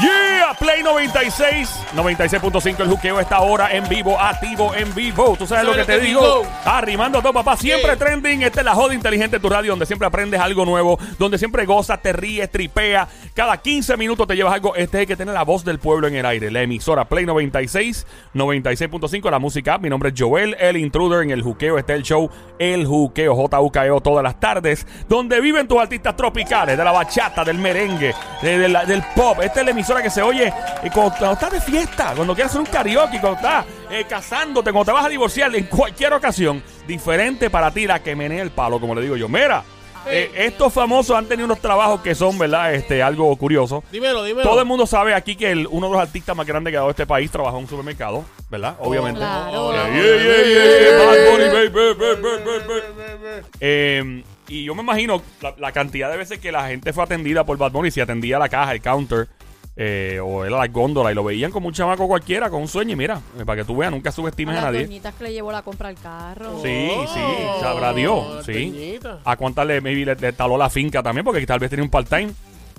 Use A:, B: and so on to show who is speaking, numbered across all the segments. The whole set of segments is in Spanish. A: Yeah, Play 96, 96.5 el juqueo está ahora en vivo, activo en vivo. ¿Tú sabes lo que te digo? Arrimando todo, papá. Siempre
B: Sí.
A: trending. Esta es la joda inteligente de tu radio, donde siempre aprendes algo nuevo, donde siempre gozas, te ríes, tripeas. Cada 15 minutos te llevas algo. Este es el que tiene la voz del pueblo en el aire. La emisora Play 96, 96.5, la música. app. Mi nombre es Joel, el intruder en el juqueo. Este es el show El Juqueo, JUKEO, E todas las tardes, donde viven tus artistas tropicales, de la bachata, del merengue, de- de la- del pop. Esta es la emisora que se oye eh, cuando, cuando estás de fiesta, cuando quieres hacer un karaoke, cuando estás eh, casándote, cuando te vas a divorciar, en cualquier ocasión, diferente para ti, la que menea el palo, como le digo yo. Mira, eh, estos famosos han tenido unos trabajos que son, ¿verdad? Este, algo curioso.
B: Dímelo, dímelo.
A: Todo el mundo sabe aquí que el- uno de los artistas más grandes que ha dado este país trabajó en un supermercado, ¿verdad? Obviamente.
C: Claro.
B: Hola,
A: Yeah, yeah, yeah, Oh, yeah, Bad Bunny, baby, baby, baby, baby. Eh, y yo me imagino la, la cantidad de veces que la gente fue atendida por Bad Bunny, si atendía la caja, el counter, eh, o era la góndola, y lo veían como un chamaco cualquiera, con un sueño, y mira, eh, para que tú veas, nunca
C: A
A: subestimes a,
C: las
A: nadie.
C: doñitas que le llevó la compra al carro.
A: Sí, sí,
C: Oh,
A: sabrá
B: la
A: Dios, sí.
B: peñita.
A: A cuántas le, maybe le, le taló la finca también, porque tal vez tenía un part-time.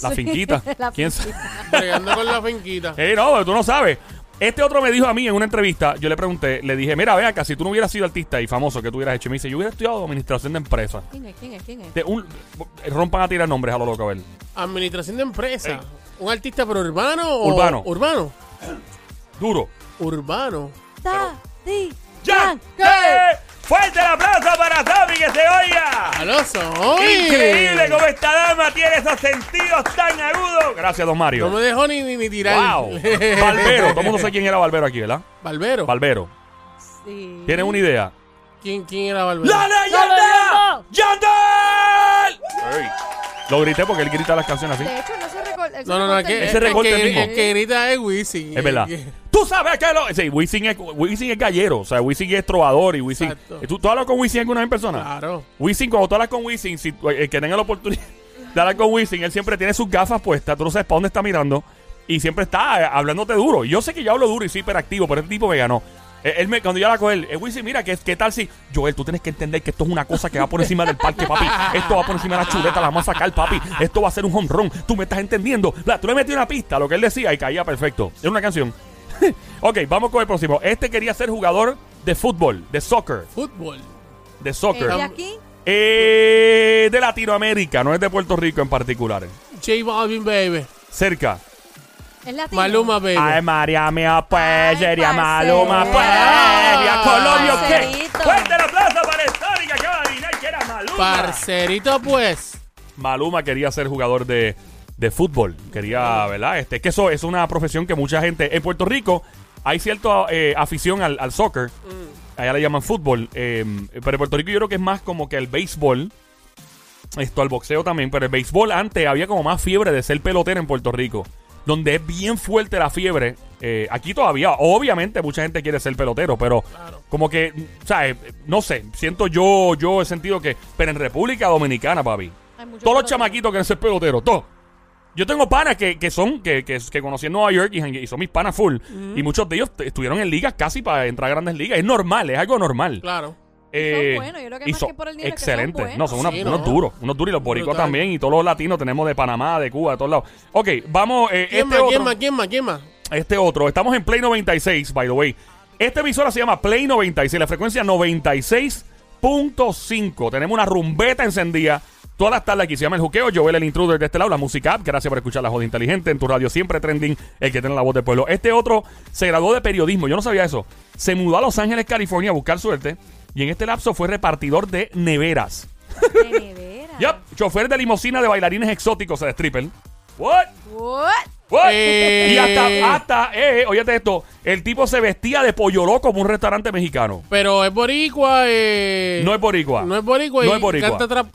A: La
C: Sí,
A: finquita.
C: la
A: ¿Quién sabe?
C: finquita.
B: Bregando con la finquita.
A: Eh, no, pero tú no sabes. Este otro me dijo a mí en una entrevista, yo le pregunté, le dije, mira, ve acá, si tú no hubieras sido artista y famoso, que tú hubieras hecho? Y me dice, yo hubiera estudiado administración de empresas.
C: ¿Quién es? ¿Quién es? ¿Quién es?
A: De un- rompan a tirar nombres a lo loco, a ver.
B: Administración de empresa. ¿Un artista pero urbano o
A: Urbano.
B: Urbano.
A: Duro.
B: Urbano.
C: Ta, ti,
A: ¡Ya!
C: tan.
A: ¡Eh! ¡Fuerte el aplauso para Tommy que se oiga!
B: ¡A los hoy!
A: Increíble cómo esta dama tiene esos sentidos tan agudos. Gracias, don Mario.
B: No me dejó ni, ni, ni tirar.
A: ¡Wow! Barbero. Todo el mundo sabe quién era Barbero aquí, ¿verdad?
B: Barbero.
A: Barbero.
C: Sí.
A: ¿Tienes una idea?
B: ¿Quién, ¿Quién era Barbero?
A: ¡La leyenda!
C: leyenda!
A: ¡Yandel! Ey. Lo grité porque él grita las canciones así.
C: De hecho, no se recuerda.
B: No, no, no, es que,
A: Ese
B: es
A: recorte
B: que-
A: mismo.
B: es que grita es Wisin.
A: Es verdad. Tú sabes que lo. Sí, Wisin es, Wisin es gallero. O sea, Wisin es trovador y Wisin.
B: Exacto.
A: ¿Tú, tú hablas con Wisin alguna vez en persona?
B: Claro.
A: Wisin, cuando tú hablas con Wisin, si eh, el que tenga la oportunidad de hablar con Wisin, él siempre tiene sus gafas puestas, tú no sabes para dónde está mirando y siempre está eh, hablándote duro. Yo sé que yo hablo duro y soy hiperactivo, pero este tipo me ganó. Eh, Él me, cuando yo hablo con él, eh, Wisin, mira, ¿qué, ¿qué tal si. Joel, tú tienes que entender que esto es una cosa que va por encima del parque, papi. Esto va por encima de la chuleta, la vamos a sacar, papi. Esto va a ser un home run. Tú me estás entendiendo. La, tú le metí una pista, lo que él decía, y caía perfecto. Era una canción. ok, vamos con el próximo. Este quería ser jugador de fútbol, de soccer.
B: Fútbol.
A: De soccer.
C: ¿Y aquí?
A: Eh, de Latinoamérica, no es de Puerto Rico en particular.
B: J Balvin, baby.
A: Cerca.
C: ¿Es latino?
B: Maluma, baby.
A: Ay, María mía, pues,
C: Ay,
A: sería
C: parcero.
A: Maluma, pues, sería Colombio, ¿qué?
C: Parcerito.
A: Fuerte el aplauso para el Sonic, que acaba de adivinar que era Maluma.
B: Parcerito, pues.
A: Maluma quería ser jugador de, de fútbol. Quería, ¿verdad? Este, que eso es una profesión que mucha gente. En Puerto Rico hay cierta eh, afición al, al soccer. Allá le llaman fútbol. eh, pero en Puerto Rico yo creo que es más como que el béisbol. Esto al boxeo también. Pero el béisbol antes había como más fiebre de ser pelotero en Puerto Rico. Donde es bien fuerte la fiebre. Eh, aquí todavía, obviamente, mucha gente quiere ser pelotero, pero como que, ¿sabes? No sé, siento yo, yo he sentido que. Pero en República Dominicana, papi.
C: Hay mucho
A: Todos los
C: pelotero.
A: chamaquitos quieren ser peloteros, todos. Yo tengo panas que, que son, que, que, que conocí en Nueva York y, y son mis panas full.
C: Mm.
A: Y muchos de ellos t- estuvieron en ligas casi para entrar a grandes ligas. Es normal, es algo normal.
B: Claro.
A: Eh,
C: buenos, yo creo que
A: y
C: más
A: son
C: que por el dinero es que son
A: Excelente.
C: buenos.
A: no, son una-
B: Sí,
A: unos
B: ¿no?
A: duros, unos duros y los boricuas
B: Brutal.
A: también. Y todos los latinos tenemos de Panamá, de Cuba, de todos lados. Ok, vamos. eh,
B: ¿Quién
A: este
B: más,
A: otro,
B: quién más, quién más, quién más?
A: este otro. Estamos en Play 96, by the way. Esta emisora se llama Play 96, la frecuencia 96.5. Tenemos una rumbeta encendida. Todas las tardes aquí se llama El Juqueo, Joel el Intruder de este lado, la música app. Gracias por escuchar la joda inteligente en tu radio, siempre trending, el que tiene la voz del pueblo. Este otro se graduó de periodismo, yo no sabía eso. Se mudó a Los Ángeles, California a buscar suerte y en este lapso fue repartidor de neveras.
C: De nevera.
A: Yup, chofer de limusina de bailarines exóticos, de stripper. What?
C: What?
A: What?
B: Eh.
A: Y hasta, hasta, eh, eh, óyate esto, el tipo se vestía de pollo como un restaurante mexicano.
B: Pero es boricua, eh...
A: No es boricua.
B: No es boricua.
A: No
B: y
A: es boricua.
B: Canta trap.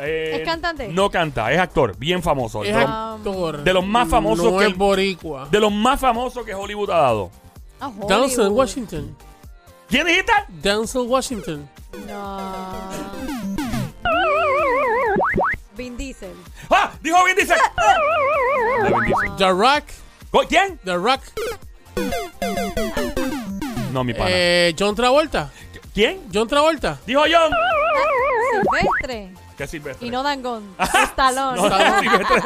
A: Eh,
C: ¿Es cantante?
A: No canta, es actor, bien famoso.
B: Es
A: de, los,
B: actor.
A: de los más famosos
B: no
A: que
B: es boricua.
A: de los más famosos que Hollywood ha dado.
C: Ah, Hollywood.
B: Denzel Washington.
A: ¿Quién dijiste?
B: Denzel Washington.
C: No. Vin Diesel.
A: ¡Ah! Dijo Vin Diesel. De Vin Diesel.
B: The Rock.
A: ¿Con ¿Quién?
B: The Rock.
A: No, mi pana.
B: Eh, John Eh, Travolta.
A: ¿Quién?
B: John Travolta.
A: Dijo John.
C: Silvestre.
A: ¿Qué es Silvestre?
C: Y no Dangón. Estalón.
A: No, no, Silvestre.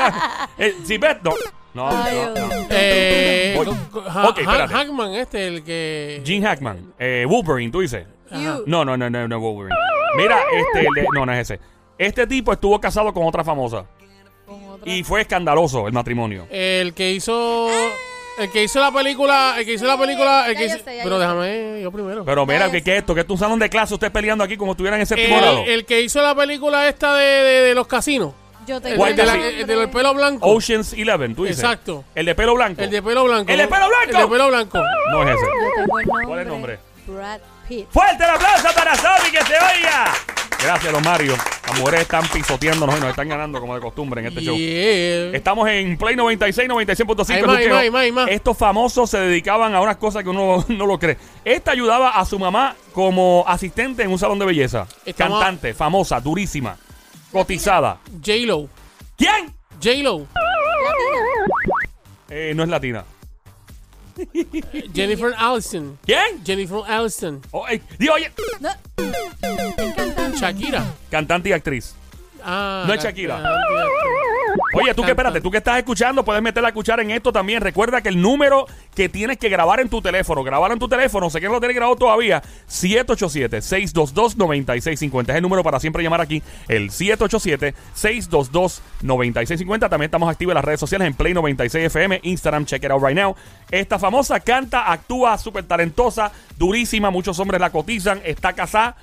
A: Eh, Silvestre, no. No,
C: Ay,
A: no,
C: Dios
A: no.
C: mío.
B: Eh,
A: Voy.
B: Ha-
A: Ok, espérate.
B: Ha- Hackman, este, el que.
A: Gene Hackman. Eh, Wolverine, tú dices.
B: Ajá.
C: You.
A: No, no, no, no, no, Wolverine. Mira, este. el de- no, no es ese. Este tipo estuvo casado con otra famosa.
C: Con otra.
A: Y fue escandaloso el matrimonio.
B: El que hizo. El que hizo la película. El que hizo la película. El
C: Ya
B: que
C: yo
B: hizo-
C: sé, ya
B: pero
C: yo sé.
B: déjame yo primero.
A: Pero mira,
C: Ya,
A: ¿qué,
C: ya
A: ¿qué es esto? Que es un salón de clase, usted peleando aquí como estuvieran en séptimo
B: el,
A: grado.
B: el que hizo la película esta de, de- de los casinos.
C: Yo te
B: El,
A: ¿Cuál
B: el de la-
A: casino?
B: el de los pelo blanco.
A: Ocean's Eleven, tú dices.
B: Exacto.
A: El de pelo blanco.
B: el de pelo blanco.
A: Oh, ¿El de pelo blanco?
B: El de pelo blanco.
A: No es ese. ¿Cuál
C: ¿Cuál
A: es el nombre?
C: Brad Pitt.
A: ¡Fuerte el aplauso para Sofi que se oiga! Gracias, los Mario. Las mujeres están pisoteándonos y nos están ganando como de costumbre en este show. Este-
B: Yeah.
A: Estamos en Play 96, 96.5.
B: Ahí más, ahí
A: Luqueo.
B: más, ahí más, ahí más.
A: Estos famosos se dedicaban a unas cosas que uno no lo cree. Esta ayudaba a su mamá como asistente en un salón de belleza.
B: Estamos-
A: Cantante, famosa, durísima, cotizada.
B: J-Lo.
A: ¿Quién?
B: J-Lo.
A: Eh, no es latina.
B: Jennifer Allison.
A: ¿Quién?
B: Jennifer Allison.
A: Oh, eh, di, oye,
C: No.
B: Shakira.
A: cantante y actriz.
B: Ah,
A: No
B: la-
A: es Shakira.
B: la- la-
A: Oye, tú que espérate, tú que estás escuchando, puedes meter la cuchara en esto también. Recuerda que el número que tienes que grabar en tu teléfono, grabar en tu teléfono, sé que no lo tienes grabado todavía, 787-622-9650. Es el número para siempre llamar aquí, el 787-622-9650. También estamos activos en las redes sociales en Play 96 FM, Instagram, check it out right now. Esta famosa canta, actúa, súper talentosa, durísima, muchos hombres la cotizan, está casada.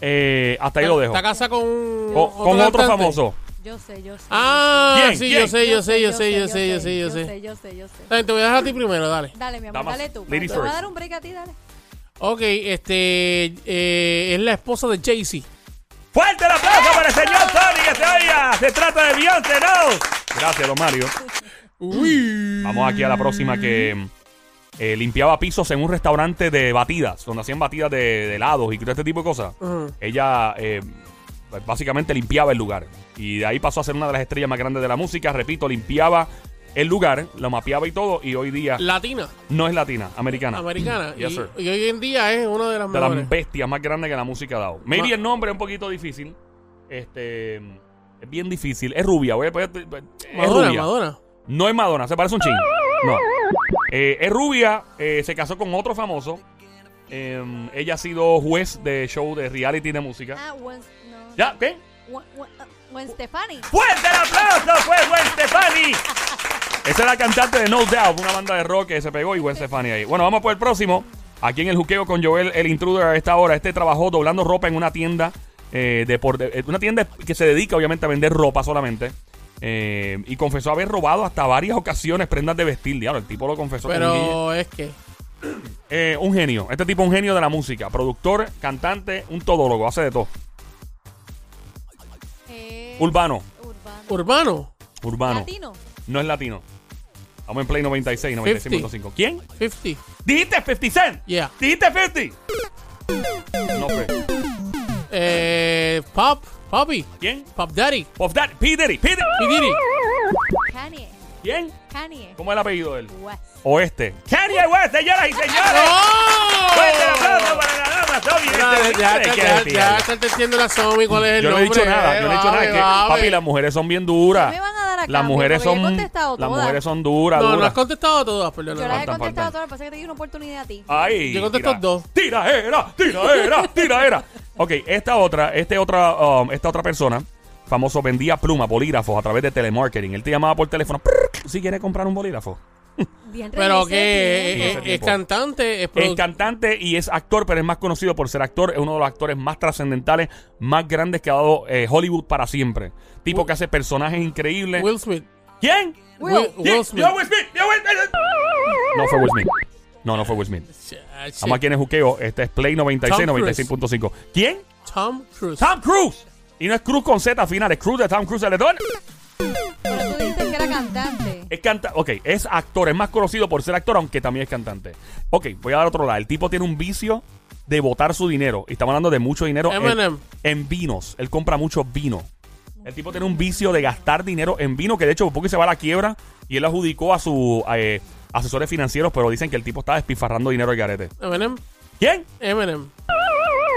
A: Eh, hasta ahí lo dejo.
B: Está casada con un-
A: O- con otro
B: cantante.
A: famoso.
C: Yo sé, yo sé.
B: Ah,
A: ¿Quién?
B: sí,
A: ¿Quién?
B: yo sé, yo sé, yo sé, yo sé, yo sé, yo
C: Yo
B: sé.
C: sé, yo sé, yo sé.
B: Está bien, Te voy a dejar a ti primero, dale.
C: Dale, mi amor,
A: Damas,
C: dale tú.
A: ladies
C: Te voy a
A: first.
C: dar un break a ti, dale.
B: Ok, este eh, es la esposa de Jay-Z.
A: ¡Fuerte el aplauso para el señor Tony que se oiga! ¡Se trata de Beyoncé, no! Gracias, don Mario. Vamos aquí a la próxima que eh, limpiaba pisos en un restaurante de batidas, donde hacían batidas de, de helados y todo este tipo de cosas.
B: Ujú.
A: Ella eh, pues, básicamente limpiaba el lugar. Y de ahí pasó a ser una de las estrellas más grandes de la música. Repito, limpiaba el lugar, lo mapeaba y todo. Y hoy día
B: Latina,
A: no es latina, americana.
B: americana.
A: Yes,
B: y,
A: sir.
B: y hoy en día es una de las
A: de
B: mejores.
A: las bestias más grandes que la música ha dado. Maybe
B: Ma-
A: el nombre es un poquito difícil. Este. Es bien difícil. Es rubia, voy a- voy a- es
B: Madonna,
A: rubia.
B: Madonna.
A: No es Madonna, se parece un ching. No. Eh, es rubia, eh, se casó con otro famoso. Eh, ella ha sido juez de show de reality de música.
C: Ah, Gwen, no.
A: ¿Ya? ¿Qué?
C: Gwen- Gwen- uh, Gwen Stefani.
A: ¡Fuerte el aplauso! ¡Fue Gwen Stefani! Esa era la cantante de No Doubt, una banda de rock que se pegó y Gwen Stefani ahí. Bueno, vamos por el próximo. Aquí en el juqueo con Joel, el intruder a esta hora. Este trabajó doblando ropa en una tienda eh, de por- de- una tienda que se dedica obviamente a vender ropa solamente. Eh, y confesó haber robado hasta varias ocasiones prendas de vestir. Diablo, el tipo lo confesó. con un guille.
B: Pero es que.
A: Eh, un genio. Este tipo es un genio de la música. Productor, cantante, un todólogo. Hace de todo.
C: Eh,
A: Urbano.
C: Urbano.
B: Urbano,
A: Urbano.
C: Latino.
A: No es latino. Vamos en Play 96, 96.5. ¿Quién?
B: 50.
A: Dijiste 50 Cent.
B: Yeah.
A: Dijiste 50. No fue.
B: Eh, Pop, Papi,
A: ¿Quién?
B: Pop Daddy,
A: Of that. P. Diddy. P. Diddy.
B: P. Diddy.
C: Kanye.
A: ¿Quién?
C: Kanye.
A: ¿Cómo es el apellido de él?
C: West.
A: Oeste. Kanye West, señoras y señores.
B: ¡Oh!
A: ¡Fuerte el aplauso Este para la dama Tommy!
B: Ya, ya,
A: ¿Qué
B: ya, ya,
A: decir?
B: ya está entendiendo la Somi cuál es el
A: Yo no he
B: nombre.
A: dicho nada, yo no he dicho nada.
B: eh,
A: Es que,
B: va,
A: papi,
B: ve.
A: las mujeres son bien duras.
C: ¿Qué me van a dar
A: Las
C: a cambio?
A: mujeres
C: Porque yo he
A: son.
C: contestado
A: Las
C: todas.
A: mujeres son duras,
B: No, no
A: duras.
B: has contestado todas, perdón.
C: Yo las he
A: Faltan,
C: contestado
A: faltan.
C: todas, pasa que te di una oportunidad a ti.
A: Ay,
B: Yo contesto
A: tira.
B: dos.
A: Tiraera, tiraera, tiraera. Ok, esta otra, este otra, um, esta otra persona, famoso, vendía pluma, bolígrafos a través de telemarketing. Él te llamaba por teléfono. Si quieres comprar un bolígrafo.
C: Bien
B: Pero
C: regrese,
B: que
C: bien.
A: tiempo.
B: es,
A: Ese
B: es
A: tiempo.
B: cantante, es
A: Es
B: productor.
A: cantante y es actor, pero es más conocido por ser actor. Es uno de los actores más trascendentales, más grandes que ha dado eh, Hollywood para siempre. Tipo que hace personajes increíbles.
B: Will Smith.
A: ¿Quién?
C: Will.
B: Will,
A: ¿Quién?
B: Will Smith.
A: Yo, Will Smith, yo, Will Smith. No fue Will Smith. No, no fue Will Smith.
B: Ch-
A: Estamos aquí en el juqueo. Este es Play 96,
B: Tom Cruise.
A: 96.5. ¿Quién?
B: Tom Cruise.
A: Tom Cruise. Y no es Cruz con Z al final, es Cruz de Tom Cruise. El don-
C: Pero tú dijiste que era cantante.
B: Eh,
A: Es canta ok, es actor, es más conocido por ser actor, aunque también es cantante. Ok, voy a dar otro lado. El tipo tiene un vicio de botar su dinero. Y estamos hablando de mucho dinero en,
B: Eminem.
A: en vinos. Él compra mucho vino. El tipo tiene un vicio de gastar dinero en vino, que de hecho porque se va a la quiebra y él adjudicó a sus asesores financieros, pero dicen que el tipo está despilfarrando dinero al garete.
B: Eminem.
A: ¿Quién?
B: Eminem.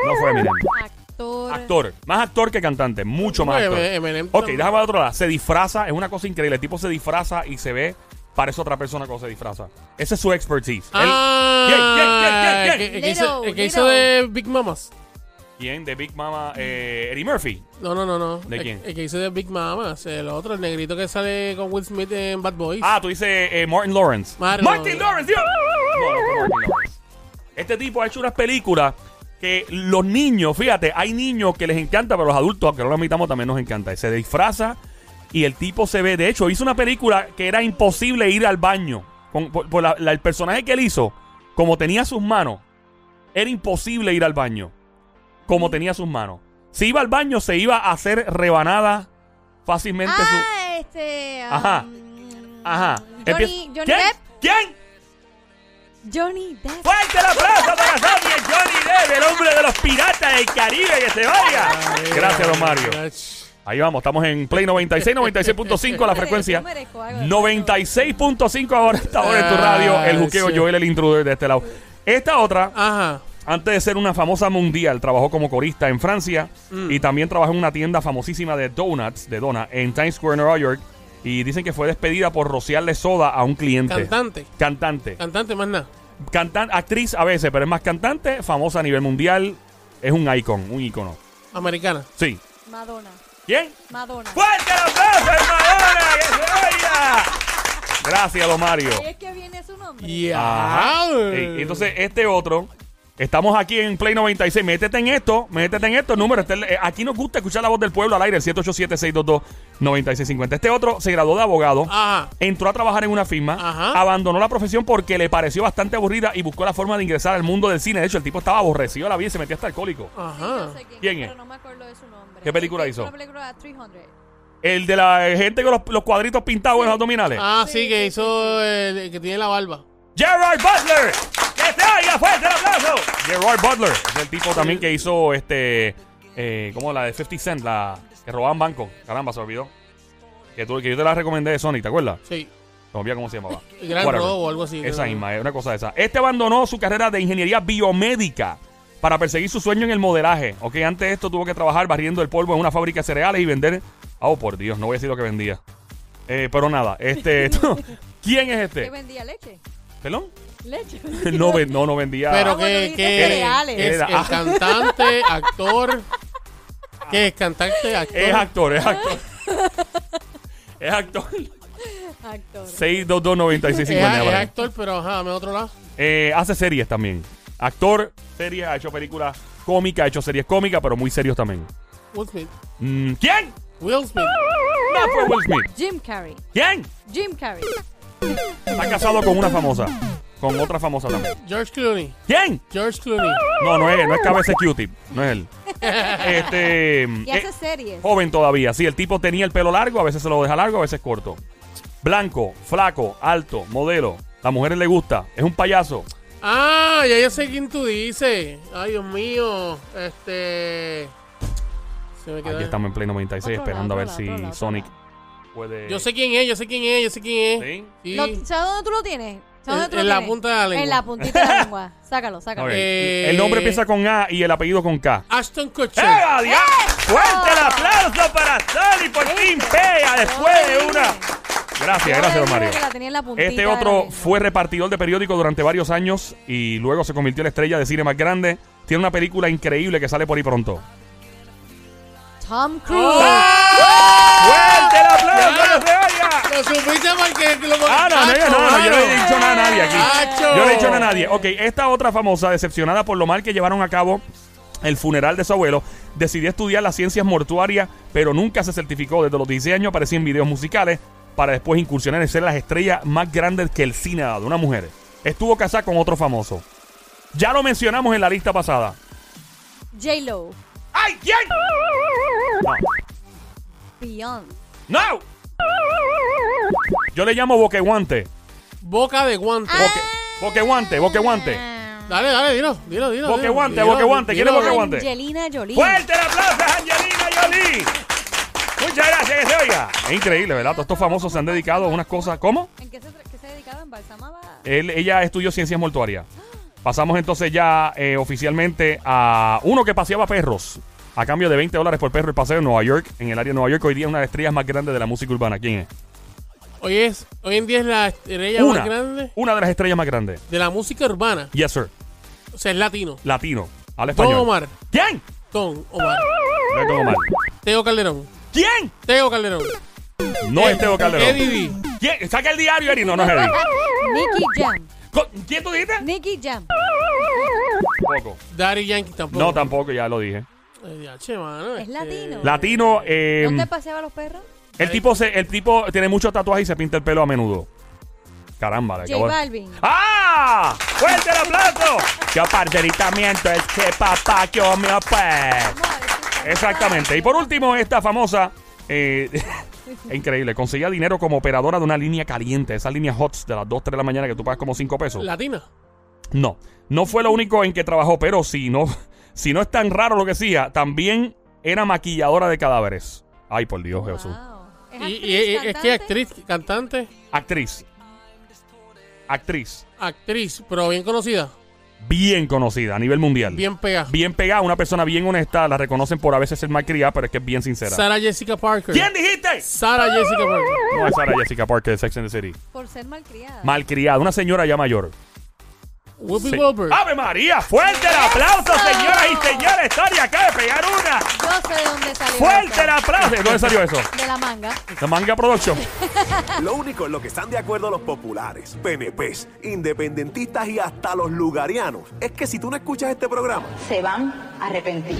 A: No fue Eminem.
C: Ac- actor.
A: Actor, más actor que cantante, mucho más
B: Bueno,
A: actor.
B: Eminem
A: Ok,
B: también.
A: déjame ver otro lado. Se disfraza, es una cosa increíble. El tipo se disfraza y se ve, parece otra persona cuando se disfraza. Ese es su expertise. Él-
B: Ah,
A: ¿Quién, quién, quién,
B: el que-
A: quién,
B: el que hizo-
C: Little,
B: el que hizo de Big Mamas.
A: ¿Quién? De Big Mama, eh, Eddie Murphy.
B: No, no, no, no.
A: ¿De
B: El-
A: quién?
B: El que hizo de Big Mamas. El otro, el negrito que sale con Will Smith en Bad Boys.
A: Ah, tú dices eh, Martin Lawrence.
B: Martin
A: Martin Lawrence,
B: Lawrence.
A: Dios. No, no fue Martin Lawrence. Este tipo ha hecho unas películas que los niños, fíjate, hay niños que les encanta, pero los adultos, aunque no lo admitamos, también nos encanta. Y Se disfraza y el tipo se ve. De hecho, hizo una película que era imposible ir al baño. Con- por- por la- la- el personaje que él hizo, como tenía sus manos, era imposible ir al baño. Como tenía sus manos. Si iba al baño, se iba a hacer rebanada fácilmente. su-
C: Ah, este. um,
A: Ajá. Ajá. Empieza-
C: Johnny, Johnny
A: ¿Quién?
C: Depp.
A: ¿Quién?
C: Johnny Depp.
A: ¡Fuerte el aplauso para Sony y Johnny Depp, el hombre de los piratas del Caribe! ¡Que se vaya! Gracias, don Mario. Ahí vamos, estamos en Play 96, 96.5 la frecuencia. 96.5 ahora está ahora en tu radio. El juqueo
B: Ay, Ah, sí.
A: Joel, el intruder de este lado. Esta otra,
B: Ajá.
A: antes de ser una famosa mundial, trabajó como corista en Francia
B: Mm.
A: y también trabajó en una tienda famosísima de donuts, de dona, en Times Square, Nueva York. Y dicen que fue despedida por rociarle soda a un cliente.
B: Cantante.
A: Cantante.
B: Cantante, más nada.
A: Cantan- actriz a veces, pero es más cantante, famosa a nivel mundial, es un icon, un icono.
B: Americana.
A: Sí.
C: Madonna.
A: ¿Quién?
C: Madonna.
A: ¡Fuerte el aplauso, Madonna! ¡Que se oiga! Gracias, don Mario.
C: Ahí es que viene su nombre.
A: Ajá.
B: Ya.
A: Ey, Entonces, este otro. Estamos aquí en Play 96. Métete en esto, métete en estos números. Este- eh, aquí nos gusta escuchar la voz del pueblo al aire, el 787-622-9650. Este otro se graduó de abogado.
B: Ajá.
A: Entró a trabajar en una firma,
B: Ajá.
A: abandonó la profesión porque le pareció bastante aburrida y buscó la forma de ingresar al mundo del cine. De hecho, el tipo estaba aborrecido de la vida y se metía hasta alcohólico.
B: Ajá.
C: Yo sé quién,
A: ¿Quién
C: es?
A: es?
C: Pero no me acuerdo de su nombre.
A: ¿Qué película
C: Es que
A: hizo?
C: Una película 300.
A: El de la gente con los, los cuadritos pintados en los abdominales.
B: Ah,
C: Sí,
B: sí,
C: sí,
B: que hizo el que tiene la barba.
A: Gerard Butler. ¡Que se oiga fuerte el aplauso! Gerard Butler. Es el tipo también que hizo este. Eh, ¿Cómo la de 50 Cent? La que robaban banco. Caramba, se olvidó. Que, tú- que yo te la recomendé de Sony, ¿te acuerdas?
B: Sí.
A: No olvidé cómo se llamaba.
B: El gran
A: Whatever.
B: robo o algo así.
A: Esa
B: creo.
A: misma, es una cosa de esa. Este abandonó su carrera de ingeniería biomédica para perseguir su sueño en el modelaje. Ok, antes de esto tuvo que trabajar barriendo el polvo en una fábrica de cereales y vender. Oh, por Dios, no voy a decir lo que vendía. Eh, pero nada, este. esto- ¿Quién es
C: ¿Qué
A: este?
C: vendía leche?
A: ¿Pelón?
C: Leche.
A: No, ve- no, no vendía.
B: Pero
C: bueno,
B: que,
C: dijiste
B: Ah, que
C: cereales.
B: que es
A: Era- ah.
B: el cantante, actor. ¿Qué es cantante, actor?
A: Es actor, es actor. es actor.
C: Actor.
A: 622
B: Es- es actor, pero ajá, dame otro lado.
A: Eh, hace series también. Actor, series, ha hecho películas cómicas, ha hecho series cómicas, pero muy serios también.
B: Will Smith.
A: Mm, ¿Quién?
B: Will Smith.
A: No fue Will Smith.
C: Jim Carrey.
A: ¿Quién?
C: Jim Carrey.
A: Está casado con una famosa. Con otra famosa también.
B: George Clooney.
A: ¿Quién?
B: George Clooney.
A: No, no es, él, no es cabeza Q-tip. No es él. Este.
C: Y
A: eh,
C: hace series.
A: joven todavía. Sí, el tipo tenía el pelo largo, a veces se lo deja largo, a veces corto. Blanco, flaco, alto, modelo. A mujeres le gusta. Es un payaso.
B: Ah, ya ya sé quién tú dices. Ay, Dios mío. Este. Se me quedó.
A: Aquí estamos en Play 96
C: Otro
A: esperando
C: lado,
A: a ver
C: otro
A: si
C: lado, otro lado.
A: Sonic puede...
B: Yo sé quién es, yo sé quién es, yo sé quién es.
A: ¿Sí?
B: Sí.
C: Lo- ¿Sabes dónde tú lo tienes? ¿Sabes
B: En-
C: dónde tú lo
B: en la
C: tienes?
B: punta de la lengua.
C: En la puntita de la lengua. Sácalo, sácalo.
A: Ok.
B: Eh.
A: El nombre empieza con A y el apellido con K.
B: Ashton Kutcher.
A: ¡Ea, diablo! ¡Fuerte el aplauso para Sonic por Team Pea después de una... Gracias, gracias, don Mario.
C: Que la tenía en la puntita
A: Este
C: de la
A: otro
C: lengua.
A: fue repartidor de periódico durante varios años y luego se convirtió en la estrella de cine más grande. Tiene una película increíble que sale por ahí pronto.
C: Tom Cruise.
B: Oh.
A: ¡Ah! ¡Fuerte el aplauso! ¡Que se oiga!
B: Lo supiste porque lo
A: Ah, no, no,
B: Chacho,
A: no, no, yo no le he
B: mano.
A: dicho nada a nadie aquí.
B: Chacho.
A: Yo no le he dicho nada a nadie. Ok, esta otra famosa, decepcionada por lo mal que llevaron a cabo el funeral de su abuelo, decidió estudiar las ciencias mortuarias, pero nunca se certificó. Desde los 16 años aparecía en videos musicales para después incursionar en ser las estrellas más grandes que el cine ha dado. Una mujer. Estuvo casada con otro famoso. Ya lo mencionamos en la lista pasada.
C: J-Lo.
A: ¡Ay, quién!
C: Beyond.
A: ¡No! ¡No! Yo le llamo boqueguante.
B: Boca de guante.
A: Boque, boqueguante, boqueguante.
C: Eh,
B: Dale, dale, dilo, dilo, dilo.
A: Boque
B: dilo,
A: guante,
B: dilo,
A: boque guante,
B: dilo.
A: ¿quién es boque aguante.
C: Angelina Jolie.
A: ¡Fuerte el aplauso a Angelina Jolie! Muchas gracias, que se oiga. Es increíble, ¿verdad? Todos estos famosos se han dedicado a unas cosas. ¿Cómo?
C: ¿En qué se, tra- qué se dedicaba? ¿Embalsamaba?
A: Él- ella estudió ciencias mortuarias. Pasamos entonces ya eh, oficialmente a uno que paseaba perros. a cambio de 20 dólares por perro el paseo en Nueva York, en el área de Nueva York. Hoy día es una de las estrellas más grandes de la música urbana. ¿Quién es?
B: Hoy, es, hoy en día es la estrella
A: Una.
B: más grande
A: Una de las estrellas más grandes.
B: de la música urbana.
A: Yes, sir.
B: O sea, es latino.
A: Latino. Habla
B: Don
A: español.
B: Omar.
A: ¿Quién?
B: Don Omar.
A: No es Don Omar.
B: Teo Calderón.
A: ¿Quién?
B: Teo Calderón.
A: No es Teo Calderón.
B: Eddie D.
A: ¿Quién? Saca el diario, Eri. No, no es Eddie.
C: Nicky Jam.
A: Co- ¿Quién tú dijiste?
C: Nicky Jam.
A: Tampoco.
B: Daddy Yankee tampoco.
A: No, tampoco, ya lo dije.
B: Eh, ya, che, mano,
C: Es
B: este-
C: latino.
A: Latino, eh,
C: ¿Dónde paseaba los perros?
A: el tipo se, el tipo tiene muchos tatuajes y se pinta el pelo a menudo. Caramba, le
C: J
A: acabo de-
C: Balvin.
A: ¡Ah! ¡Fuerte el aplauso! ¡Qué parcericamiento es que papá que me pues!
C: Vamos a ver si está
A: Exactamente. Y por último, esta famosa. eh, es increíble. Conseguía dinero como operadora de una línea caliente. Esas líneas hots de las 2, 3 de la mañana que tú pagas como 5 pesos.
B: Latina.
A: No. No fue lo único en que trabajado, pero si no, si no es tan raro lo que hacía, también era maquilladora de cadáveres. Ay, por Dios, Jesús.
C: Wow. ¿Es
B: Y, y-
C: actriz,
B: y- es que
C: cantante?
B: actriz, cantante,
A: Actriz. Actriz.
B: actriz, pero bien conocida,
A: Bien conocida a nivel mundial.
B: bien pegada.
A: bien pegada, una persona bien honesta, la reconocen por a veces ser malcriada, pero es que es bien sincera.
B: Sara Jessica Parker.
A: ¿Quién dijiste?
B: Sara Jessica Parker.
A: No es Sara Jessica Parker de Sex and the City.
C: Por ser malcriada.
A: Malcriada, una señora ya mayor.
B: Whoopi
A: Sí. Ah,
B: Goldberg.
A: ¡Ave María! ¡Fuerte el aplauso,
C: ¡Eso!
A: señoras y señores! ¡Historia acaba de pegar una!
C: Yo sé de dónde salió.
A: ¡Fuerte
C: eso.
A: el aplauso! ¿De ¿Dónde salió eso?
C: De la manga.
A: The Manga Production.
D: Lo único en lo que están de acuerdo los populares, PNPs, independentistas y hasta los lugarianos es que si tú no escuchas este programa,
E: se van a arrepentir.